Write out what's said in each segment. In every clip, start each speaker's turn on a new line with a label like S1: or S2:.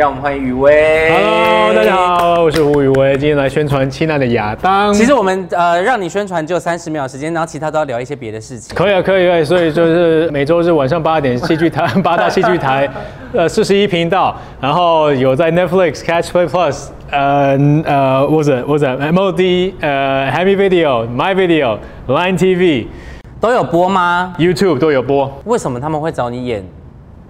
S1: 让我们欢迎雨薇。
S2: Hello，大家。好，我是胡宇威，今天来宣传《亲爱的亚当》。
S1: 其实我们呃让你宣传只有三十秒时间，然后其他都要聊一些别的事情。
S2: 可以啊，可以，可以，所以就是每周日晚上八点，戏剧台八大戏 剧台，呃，四十一频道，然后有在 Netflix、Catch Play Plus，呃呃，我者我者 MOD，呃，Happy Video、My Video、Line TV、
S1: 都有播吗？
S2: YouTube 都有播。
S1: 为什么他们会找你演？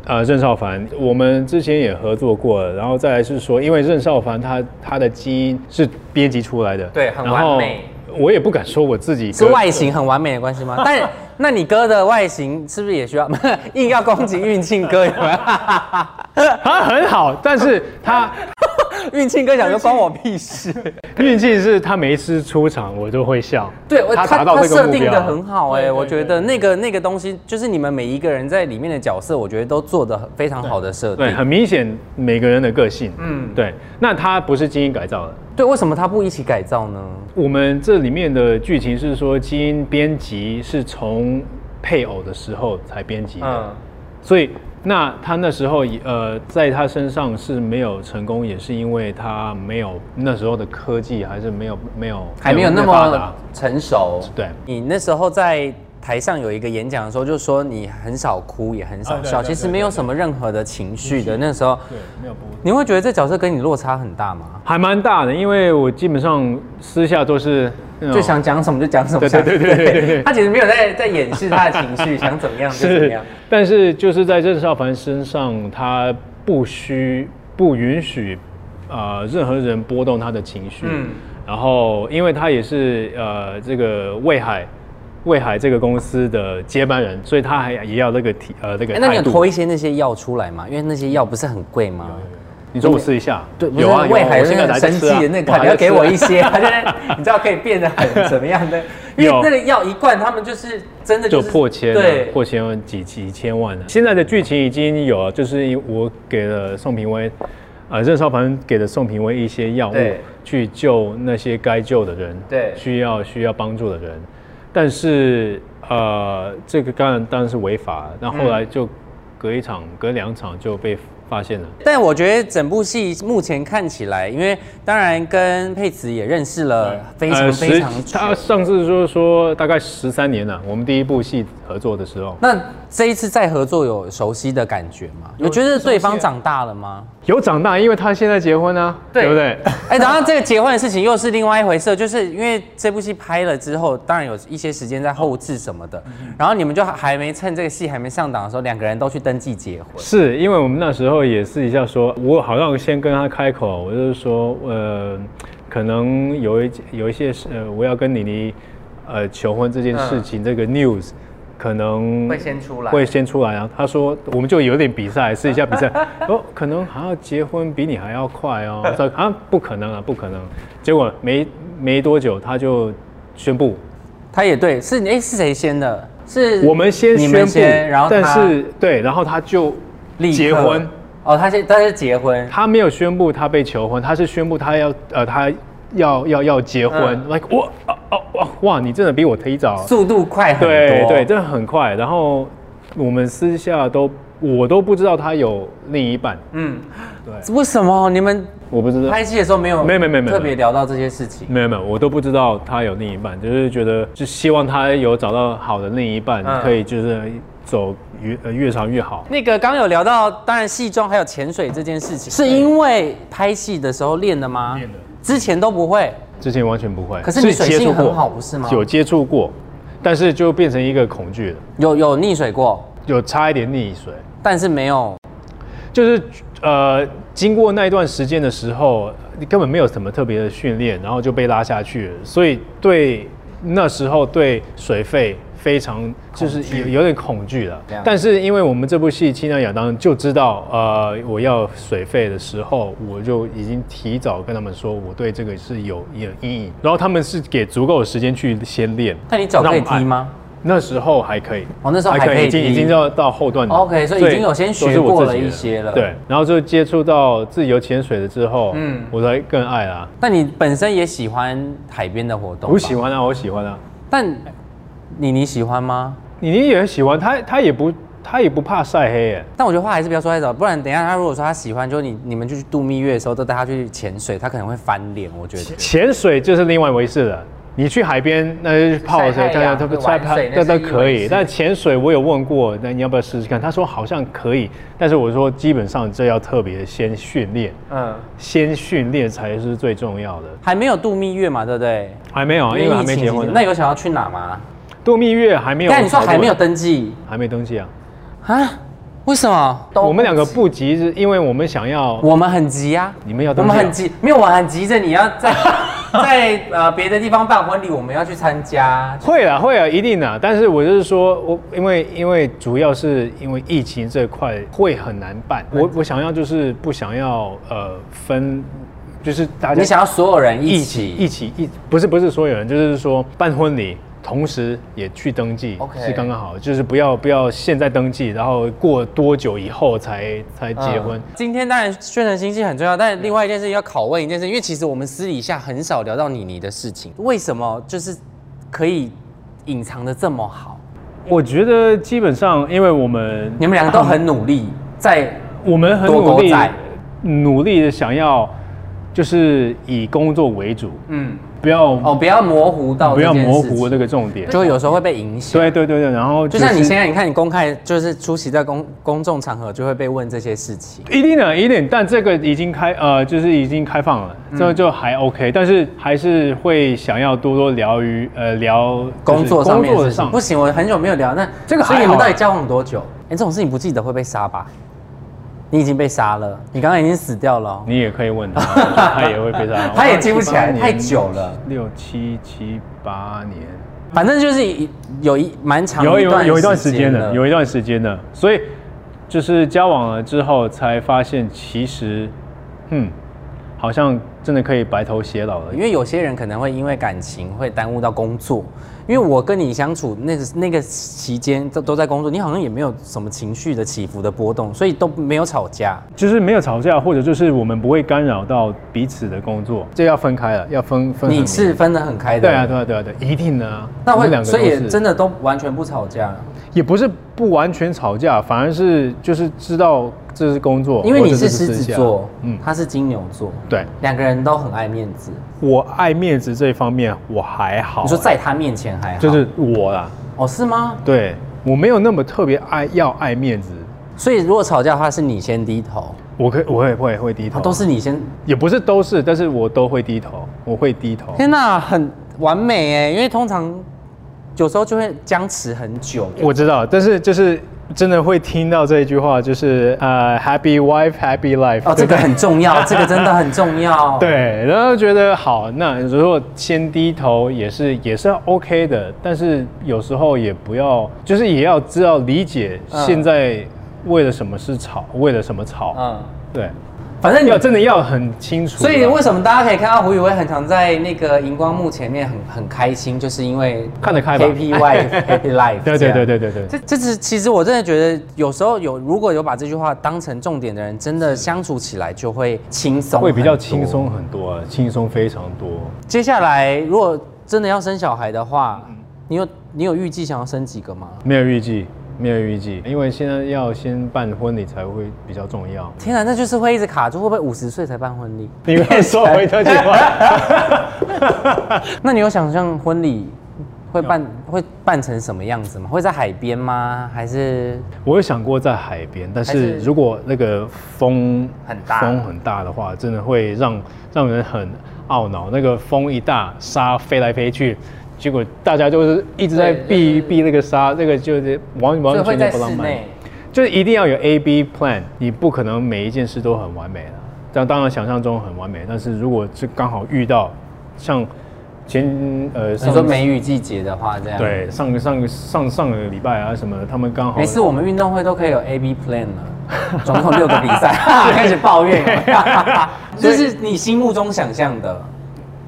S2: 呃，任少凡，我们之前也合作过了，然后再来是说，因为任少凡他他的基因是编辑出来的，
S1: 对很
S2: 然
S1: 完
S2: 后
S1: 美
S2: 我也不敢说我自己
S1: 是
S2: 跟
S1: 外形很完美的关系 吗？但那你哥的外形是不是也需要？ 硬要攻击运庆哥有 没有？
S2: 他很好，但是他
S1: 运庆哥想说关我屁事。
S2: 运气是他每一次出场我都会笑。
S1: 对，我
S2: 他达到
S1: 他
S2: 这个
S1: 设
S2: 目
S1: 定的
S2: 标
S1: 很。好哎、我觉得那个那个东西，就是你们每一个人在里面的角色，我觉得都做的非常好的设定
S2: 对，。很明显每个人的个性，嗯，对。那他不是基因改造的，
S1: 对，为什么他不一起改造呢？
S2: 我们这里面的剧情是说基因编辑是从配偶的时候才编辑的，
S1: 嗯，
S2: 所以那他那时候也呃，在他身上是没有成功，也是因为他没有那时候的科技还是没有没有
S1: 还没有那
S2: 发达
S1: 么成熟。
S2: 对
S1: 你那时候在台上有一个演讲的时候，就说你很少哭，也很少
S2: 啊对
S1: 笑，
S2: 对嗯
S1: 其实没有什么任何的情绪的。那时候，
S2: 对没有不
S1: 你会觉得这角色跟你落差很大吗？
S2: 还蛮大的，因为我基本上私下都是那种
S1: 就想讲什么就讲什么，
S2: 对对对对对对对
S1: 他其实没有在在掩饰他的情绪，想怎么样就怎么
S2: 嗯 是
S1: 样。，
S2: 但是就是在任少凡身上，他不需不允许呃任何人波动他的情绪。
S1: 嗯
S2: 然后因为他也是呃这个魏海魏海这个公司的接班人，所以他还也要那个体呃那个
S1: 哎那你
S2: 态
S1: 有
S2: 度。
S1: 偷一些那些药出来吗？因为那些药不是很贵吗？
S2: 你说我试一下，
S1: 对，不是
S2: 有啊，
S1: 魏海
S2: 有啊我现在
S1: 那
S2: 来
S1: 生
S2: 吃
S1: 气
S2: 啊
S1: 的那
S2: 我
S1: 个，
S2: 还
S1: 你要
S2: 在
S1: 给
S2: 吃
S1: 我
S2: 啊
S1: 一 些，他现在你知道可以变得很怎么样的？因为
S2: 有
S1: 那个药一罐，他们就是真的
S2: 就是破千了，啊
S1: 对，
S2: 破千万几几千万啊了。现在的剧情已经有了，就是我给了宋平威，呃，任少凡给了宋平威一些药物
S1: 对，
S2: 去救那些该救的人，
S1: 对
S2: 需要需要帮助的人。但是呃，这个当然当然是违法，那后来就隔一场、隔两场就被发现了。
S1: 但我觉得整部戏目前看起来，因为当然跟佩慈也认识了非常
S2: 呃
S1: 非常
S2: 十
S1: 久。
S2: 他上次就是说大概十三年了，我们第一部戏合作的时候。
S1: 那这一次再合作有熟悉的感觉吗？有觉得对方长大了吗？
S2: 有长大，因为他现在结婚啊，
S1: 对
S2: 不对？
S1: 哎、然后这个结婚的事情又是另外一回事，就是因为这部戏拍了之后，当然有一些时间在后置什么的，然后你们就还没趁这个戏还没上档的时候，两个人都去登记结婚。
S2: 是因为我们那时候也试一下说，我好像先跟他开口，我就是说，呃，可能有一有一些事，呃，我要跟妮妮，呃，求婚这件事情，这个 news 可能
S1: 嗯会先出来
S2: 会先出来啊。他说，我们就有点比赛，试一下比 赛，哦，可能还要结婚比你还要快哦。我说啊，不可能啊，不可能。结果没没多久他就宣布
S1: 他也对，是哎、是谁先的？是
S2: 我们先
S1: 你
S2: 宣
S1: 们
S2: 布，
S1: 先，然后
S2: 但
S1: 他
S2: 是对，然后他就
S1: 立刻
S2: 结婚。
S1: 哦，他先他是结婚，
S2: 他没有宣布他被求婚，他是宣布他要呃他要要要结婚。like
S1: 嗯
S2: 我哦哦哇哇，你真的比我提早。啊
S1: 速度快很多。
S2: 对对，真的很快。然后我们私下都我都不知道他有另一半，
S1: 嗯，
S2: 对
S1: 为什么你们
S2: 我不知道。
S1: 拍戏的时候没有
S2: 没有没有没有没有
S1: 特别聊到这些事情？
S2: 没有没有，我都不知道他有另一半，就是觉得就希望他有找到好的另一半，
S1: 嗯
S2: 可以就是走越呃越长越好。
S1: 那个刚有聊到，当然戏中还有潜水这件事情，是因为拍戏的时候练的吗？
S2: 练的
S1: 之前都不会。
S2: 之前完全不会，
S1: 可是你
S2: 接
S1: 水性
S2: 触过
S1: 很好不是吗
S2: 有接触过，但是就变成一个恐惧了，
S1: 有有溺水过，
S2: 有差一点溺水。
S1: 但是没有。
S2: 就是呃，经过那一段时间的时候，你根本没有什么特别的训练，然后就被拉下去了，所以对那时候对水费非常就是有有点恐惧了
S1: 这样。
S2: 但是因为我们这部戏《清凉亚当》就知道，呃，我要水费的时候，我就已经提早跟他们说，我对这个是有有阴影，然后他们是给足够的时间去先练。
S1: 那你脚可以踢
S2: 让我按？
S1: 吗？
S2: 那时候还可以，
S1: 哦那时候还可以
S2: 已经
S1: 踢
S2: 已经到到后段了。
S1: OK，所以已经有先学
S2: 都是我
S1: 过
S2: 自己
S1: 了一
S2: 的
S1: 些了
S2: 对，然后就接触到自由潜水了之后，
S1: 嗯
S2: 嗯，我才更爱啦。
S1: 那你本身也喜欢海边的活动？
S2: 我喜。欢啊，我喜欢啊。
S1: 但你你喜欢吗？
S2: 你你也喜欢他，他也不他也不怕晒黑耶。
S1: 但我觉得话还是不要说太早，不然等一下他如果说他喜欢，就你你们就去度蜜月的时候都带他去潜水，他可能会翻脸。我觉得
S2: 潜水就是另外一回事了。你去海边，那就泡水，
S3: 晒太
S1: 啊
S3: 阳
S2: 他
S3: 玩
S2: 晒泡
S3: 水，那
S2: 那都
S3: 是一
S2: 可
S3: 回
S2: 以。
S3: 事
S2: 但潜水我有问过，那你要不要试试看？他说好像可以，但是我说基本上这要特别先训练，
S3: 嗯，
S2: 先训练才是最重要的。
S1: 还没有度蜜月嘛，对不对？
S2: 还没有，
S1: 哦
S2: 因为还没结婚呢。啊
S1: 那有想要去哪吗？
S2: 度蜜月还没有讨
S1: 但
S2: 论，
S1: 你说还没有登记
S2: 还没登记啊？
S1: 啊？为什么？
S3: 都
S2: 我们两个
S3: 不急
S2: 不急，是因为我们想要
S1: 我们很急呀、
S2: 你们要
S1: 我
S2: 登记啊
S1: 们很急，没有，我很急着你要在 在呃别的地方办婚礼，我们要去参 加。
S2: 会啦，会啊，一定啦。但是我就是说，我因为因为主要是因为疫情这块会很难办。
S1: 嗯
S2: 我我想要就是不想要呃分，就是大家
S1: 你想要所有人一起
S2: 一起一不是不是所有人，就是说办婚礼。同时也去登记
S3: OK
S2: 是刚刚好，就是不要不要现在登记，然后过多久以后才才结婚。
S1: 啊今天当然宣传经济很重要，但另外一件事情要拷问一件事，因为其实我们私底下很少聊到你你的事情，为什么就是可以隐藏的这么好？
S2: 我觉得基本上，因为我们
S1: 你们两个都很努力，在
S2: 我们很
S1: 多
S2: 努
S1: 狗
S2: 力
S1: 仔，
S2: 努力的想要就是以工作为主，
S1: 嗯
S2: 不要、
S1: 哦，不要模糊到
S2: 不要
S1: 这件
S2: 模
S1: 事情
S2: 糊这个重点。
S1: 就会有时候会被影响。
S2: 对对对对，然后、、
S1: 就是像你现在，你看你公开就是出席在公公众场合，就会被问这些事情。
S2: 一定的，一定，但这个已经开呃，就是已经开放了，
S1: 嗯
S2: 这、就还 OK，但是还是会想要多多聊于呃聊就是
S1: 工作上面的
S2: 工作
S1: 事情
S2: 上
S1: 不行，我很久没有聊。那
S2: 这个还好
S1: 所
S2: 啊
S1: 以你们到底交往多久？哎、这种事情不记得会被杀吧？你已经被杀了，你刚刚已经死掉了哦、
S2: 你也可 以问他，他也会非常
S1: 他也记不起来
S2: 八年
S1: 太久了
S2: 六七七八年。
S1: 反正就是一有一蛮长
S2: 有
S1: 一
S2: 有
S1: 段
S2: 有一段时
S1: 时
S2: 间
S1: 间
S2: 的，有一段时间的，所以就是交往了之后才发现，其实，嗯，好像真的可以白头偕老了。
S1: 因为有些人可能会因为感情会耽误到工作，因为我跟你相处那个那个期间都都在工作，你好像也没有什么情绪的起伏的波动，所以都没有吵架。
S2: 就是没有吵架，或者就是我们不会干扰到彼此的工作，这要分开了，要分分很明。
S1: 你是分得很开的，
S2: 对啊，对啊，对啊，对啊，一定的啊。
S1: 那
S2: 我们
S1: 会
S2: 两个
S1: 所
S2: 都
S1: 以
S2: 是
S1: 真的都完全不吵架，
S2: 也不是不完全吵架，反而是就是知道这是工作，
S1: 因为
S2: 或
S1: 你
S2: 者
S1: 是
S2: 这
S1: 狮
S2: 私
S1: 子
S2: 下
S1: 座，
S2: 嗯
S1: 嗯，他是金牛座，
S2: 对
S1: 两个人都很爱面子。
S2: 我爱面子这一方面我还好。啊
S1: 你说在他面前还好，
S2: 就是我啦，
S1: 哦是吗？
S2: 对我没有那么特别爱要爱面子，
S1: 所以如果吵架的话，是你先低头，
S2: 我可以我会会会低头，
S1: 啊、都是你先。
S2: 也不是都是，但是我都会低头，我会低头。
S1: 天哪、很完美哎，因为通常有时候就会僵持很久。
S2: 我知道，但是就是真的会听到这一句话，就是呃，happy wife happy life，
S1: 哦，这
S2: 对不
S1: 个
S2: 对
S1: 很重要，这个真的很重要。，
S2: 对，然后觉得好，那如果先低头也是也是 OK 的，但是有时候也不要，就是也要知道理解
S1: 嗯
S2: 现在为了什么是吵，为了什么吵，
S1: 嗯，
S2: 对，
S1: 反正你
S2: 要真的要很清楚啦。
S1: 所以为什么大家可以看到胡宇威很常在那个荧光幕前面很很开心，就是因为
S2: 看得开吧
S1: Happy Wife Happy Life
S2: 对
S1: 这
S2: 对
S1: 样
S2: 对对对对。
S1: 这这是其实我真的觉得，有时候有如果有把这句话当成重点的人，真的相处起来就会轻松，
S2: 会比较轻。松很多啊，轻松非常多。
S1: 接下来如果真的要生小孩的话，
S2: 嗯
S1: 你有你有预计想要生几个吗？
S2: 没有预计，没有预计，因为现在要先办婚礼才会比较重 要。
S1: 天啊，那就是会一直卡住，会不会五十岁才办婚礼？
S2: 你不要说回这句话。
S1: 那你有想象婚礼会办会办成什么样子吗？会在海边吗？还是
S2: 我有想过在海边，但
S1: 还是
S2: 是如果那个风
S1: 很大
S2: 风很大的话，真的会让让人很懊恼。那个风一大，沙飞来飞去。结果大家就是一直在
S1: 对
S2: 避避那个沙，那个就是完完
S1: 会
S2: 全
S1: 在
S2: 全
S1: 室
S2: 不浪漫。
S1: 内？
S2: 就是一定要有 A B plan，你不可能每一件事都很完美的。但当然想象中很完美，但是如果是刚好遇到像前呃
S1: 你说啊梅雨季节的话，这样。
S2: 对上个上个上上个礼拜啊什么的，他们刚好
S1: 没事，我们运动会都可以有 A B plan 了， 总共六个 比赛，开始抱怨了，这是你心目中想象的。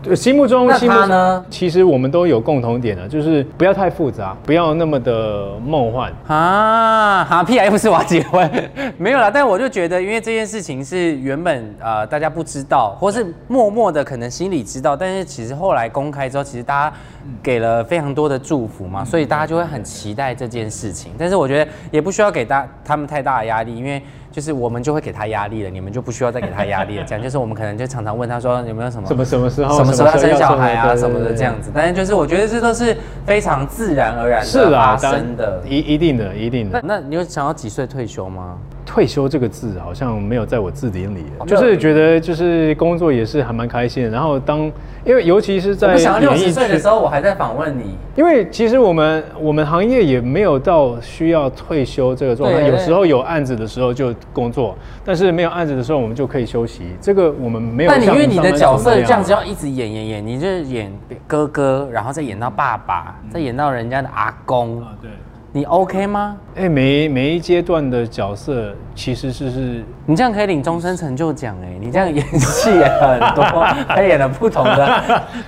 S2: 对心目中，
S1: 那
S2: 心目
S1: 他呢
S2: 中其实我们都有共同点的，就是不要太复杂，不要那么的梦幻。
S1: 啊，哈屁啊，又不是我要结婚， 没有啦。但我就觉得，因为这件事情是原本呃大家不知道，或是默默的可能心里知道，但是其实后来公开之后，其实大家
S2: 嗯
S1: 给了非常多的祝福嘛，所以大家就会很期待这件事情。但是我觉得也不需要给大他们太大的压力，因为就是我们就会给他压力了，你们就不需要再给他压力了。这样就是我们可能就常常问他说有没有什么
S2: 什么什么时候
S1: 什么时候要
S2: 什么时候
S1: 生
S2: 要
S1: 小
S2: 生
S1: 孩啊
S2: 对对
S1: 什么的
S2: 对
S1: 这样子。但是就是我觉得这都是非常自然而然
S2: 是
S1: 的发
S2: 啦，当然
S1: 啊生的。
S2: 一一定的，一定的
S1: 那。那你有想要几岁退休吗？
S2: 退休这个字好像没有在我字典里耶，
S1: 哦没
S2: 就
S1: 有
S2: 是觉得就是工作也是还蛮开心的。然后当因为尤其是
S1: 我
S2: 在
S1: 不想要六
S2: 演艺
S1: 十岁的
S2: 圈
S1: 时，候我还在访问你，
S2: 因为其实我们我们行业也没有到需要退休这个状态，
S1: 对
S2: 有时候有案子的时候就工作，但是没有案子的时候我们就可以休息。这个我们没有
S1: 但
S2: 像
S1: 你
S2: 上
S1: 因
S2: 班族那
S1: 为你
S2: 样。
S1: 的角色这样子要一直演演演，你就是演哥哥，然后再演到爸爸，再演到人家的阿公，
S2: 啊，对。
S1: 你 OK 吗？
S2: 哎，每每一阶段的角色其实是是
S1: 你这样可以领终身成就奖哎，你这样演戏也很多，还演了不同的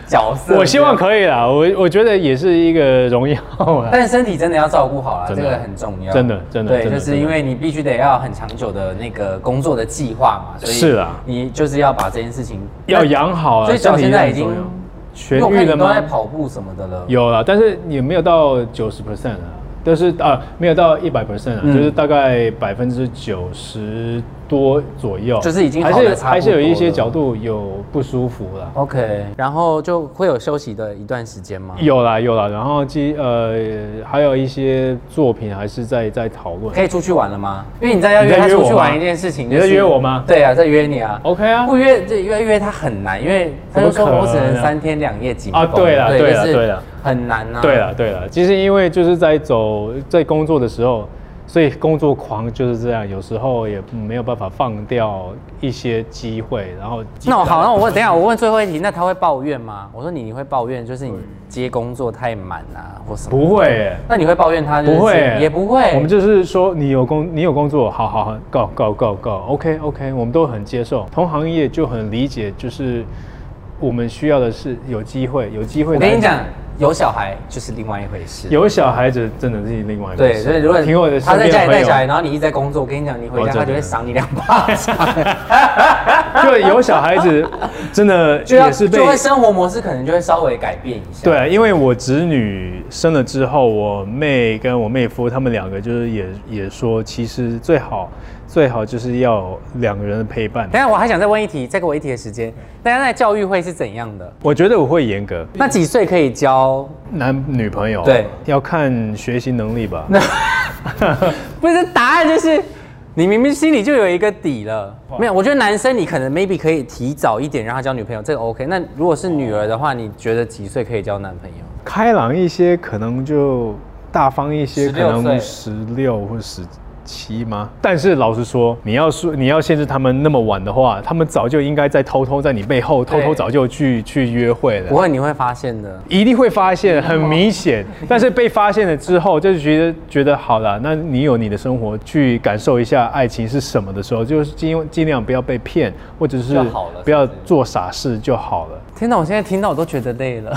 S1: 角色。
S2: 我希望可以啦，我我觉得也是一个荣耀啊。
S1: 但是身体真的要照顾好了，这
S2: 真的
S1: 个很重要。
S2: 真的真的
S1: 对，
S2: 真的
S1: 就是因为你必须得要很长久的那个工作的计划嘛，所以
S2: 是啊
S1: 你就是要把这件事情
S2: 要。养好啊，
S1: 所以
S2: 身
S1: 脚
S2: 体
S1: 现在
S2: 要
S1: 已经
S2: 很
S1: 因为我
S2: 重要痊
S1: 看
S2: 愈
S1: 你
S2: 了
S1: 都在
S2: 吗？
S1: 跑步什么的了。
S2: 有了，但是也没有到九十 percent 啊，但是啊没有到一百 percent 啊，
S1: 嗯
S2: 就是大概百分之九十多左右，
S1: 就是已经
S2: 还
S1: 好得
S2: 是
S1: 差不
S2: 还是有
S1: 多
S2: 一些
S1: 了
S2: 角度有不舒服啦。
S1: OK，然后就会有休息的一段时间吗？
S2: 有啦有啦，然后基呃还有一些作品还是在在讨论
S1: 可以出去玩了吗？因为你在要
S2: 你
S1: 约
S2: 在
S1: 他
S2: 约
S1: 出
S2: 我
S1: 去
S2: 吗
S1: 玩一件事情、
S2: 你在约我吗
S1: 对啊，在约你啊。
S2: ，OK 啊
S1: 不，约这约约他很难，因为他就说
S2: 怎么可
S1: 我只能
S2: 能
S1: 三天两夜紧
S2: 啊
S1: 绷
S2: 对啦对啦
S1: 就是
S2: 对啦
S1: 很难啊。
S2: 对了对了，其实因为就是在走在工作的时候，所以工作狂就是这样，有时候也没有办法放掉一些机会，然后
S1: 那我好，那我问，等一下我问最后一题，那他会抱怨吗？我说你你会抱怨，就是你接工作太满啊，或什么？
S2: 不会耶、
S1: 那你会抱怨他、就是？
S2: 不会耶、
S1: 也不会。
S2: 我们就是说，你有工，你有工作，好好好，go go go go，OK OK，我们都很接受。同行业就很理解，就是我们需要的是有机会，有机会。
S1: 我跟你讲，，有小孩就是另外一回事。
S2: 有小孩子真的是另外一回
S1: 对，
S2: 事
S1: 所以如果
S2: 听我的
S1: 他
S2: 身
S1: 在家
S2: 边
S1: 里
S2: 的朋
S1: 带
S2: 友
S1: 小孩，然后你一直在工作，我跟你讲，你回
S2: 哦
S1: 家他
S2: 真的
S1: 就会赏你两巴掌，
S2: 就有小孩子，真的
S1: 就要
S2: 也是被
S1: 就会生活模式可能就会稍微改变一下。，
S2: 对，因为我侄女生了之后，我妹跟我妹夫他们两个就是也也说，其实最好最好就是要有两个人的陪伴。
S1: 等一下我还想再问一题，再给我一题的时间。大家在教育会是怎样的？
S2: 我觉得我会严格，
S1: 那几岁可以教？
S2: 男女朋友
S1: 对
S2: 要看学习能力吧。
S1: 不是答案就是，你明明心里就有一个底了。没有，我觉得男生你可能 maybe 可以提早一点让他交女朋友，这个 OK。那如果是女儿的话，你觉得几岁可以交男朋友？
S2: 开朗一些可能就大方一些，
S1: 16
S2: 可能十
S1: 岁
S2: 六或十七吗？但是老实说，你要说你要限制他们那么晚的话，他们早就应该在偷偷在你背后偷
S1: 对
S2: 偷早就去去约会了
S1: 不。会，你会发现的。
S2: 一定会发现，很明显。但是被发现了之后，就是觉得觉得好了，那你有你的生活去感受一下爱情是什么的时候，就是尽尽量不要被骗，或者是
S1: 就好了
S2: 不要
S1: 是不是
S2: 做傻事就好了，
S1: 天哪，我现在听到我都觉得累了。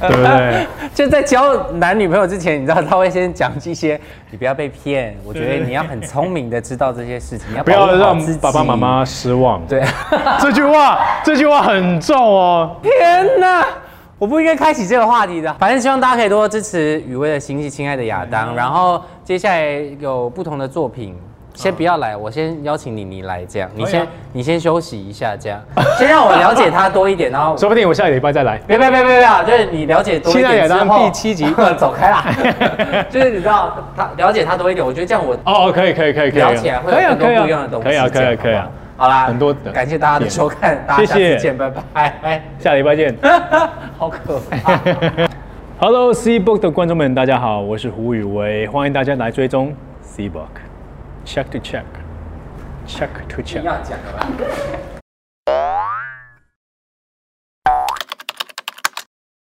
S2: 对不 对？
S1: 就在交男女朋友之前，你知道他会先讲一些，你不要被骗。我觉得你要很聪明的知道这些事情，你要
S2: 不
S1: 保护
S2: 要
S1: 好
S2: 让
S1: 自己
S2: 爸爸妈。妈失望。
S1: 对，
S2: 这句话，这句话很重哦。
S1: 天哪！我不应该开启这个话题的，反正希望大家可以多多支持雨薇的新戏《亲爱的亚
S2: 嗯
S1: 当》，然后接下来有不同的作品，先不要来，我先邀请你，你来这样，你
S2: 以啊
S1: 先你先休息一下，这样，先让我了解他多一点，然后
S2: 说不定我下个礼拜再来。
S1: 别别别别别啊！就是你了解多一
S2: 亲爱
S1: 点
S2: 的亚
S1: 之
S2: 当
S1: 后，
S2: 第七集
S1: 走开 啦。就是你知道他了解他多一点，我觉得这样我
S2: 哦，可以，可以，可以，可以，
S1: 聊起来会
S2: 可以
S1: 有
S2: 啊，
S1: 很
S2: 可以
S1: 多
S2: 啊，
S1: 不一样的东西。
S2: 可以啊，可
S1: 这
S2: 以啊，
S1: 样
S2: 可以啊。
S1: 好不好好啦，
S2: 很多的
S1: 感谢大家的收看，大家下
S2: 谢
S1: 次
S2: 谢
S1: 见，拜拜。哎
S2: 下礼拜见。
S1: 好可 怕。
S2: Hello C Book 的观众们，大家好，我是胡宇威，欢迎大家来追踪 C Book。Check to check，check to
S1: 一定
S2: check。
S1: 要讲的吧。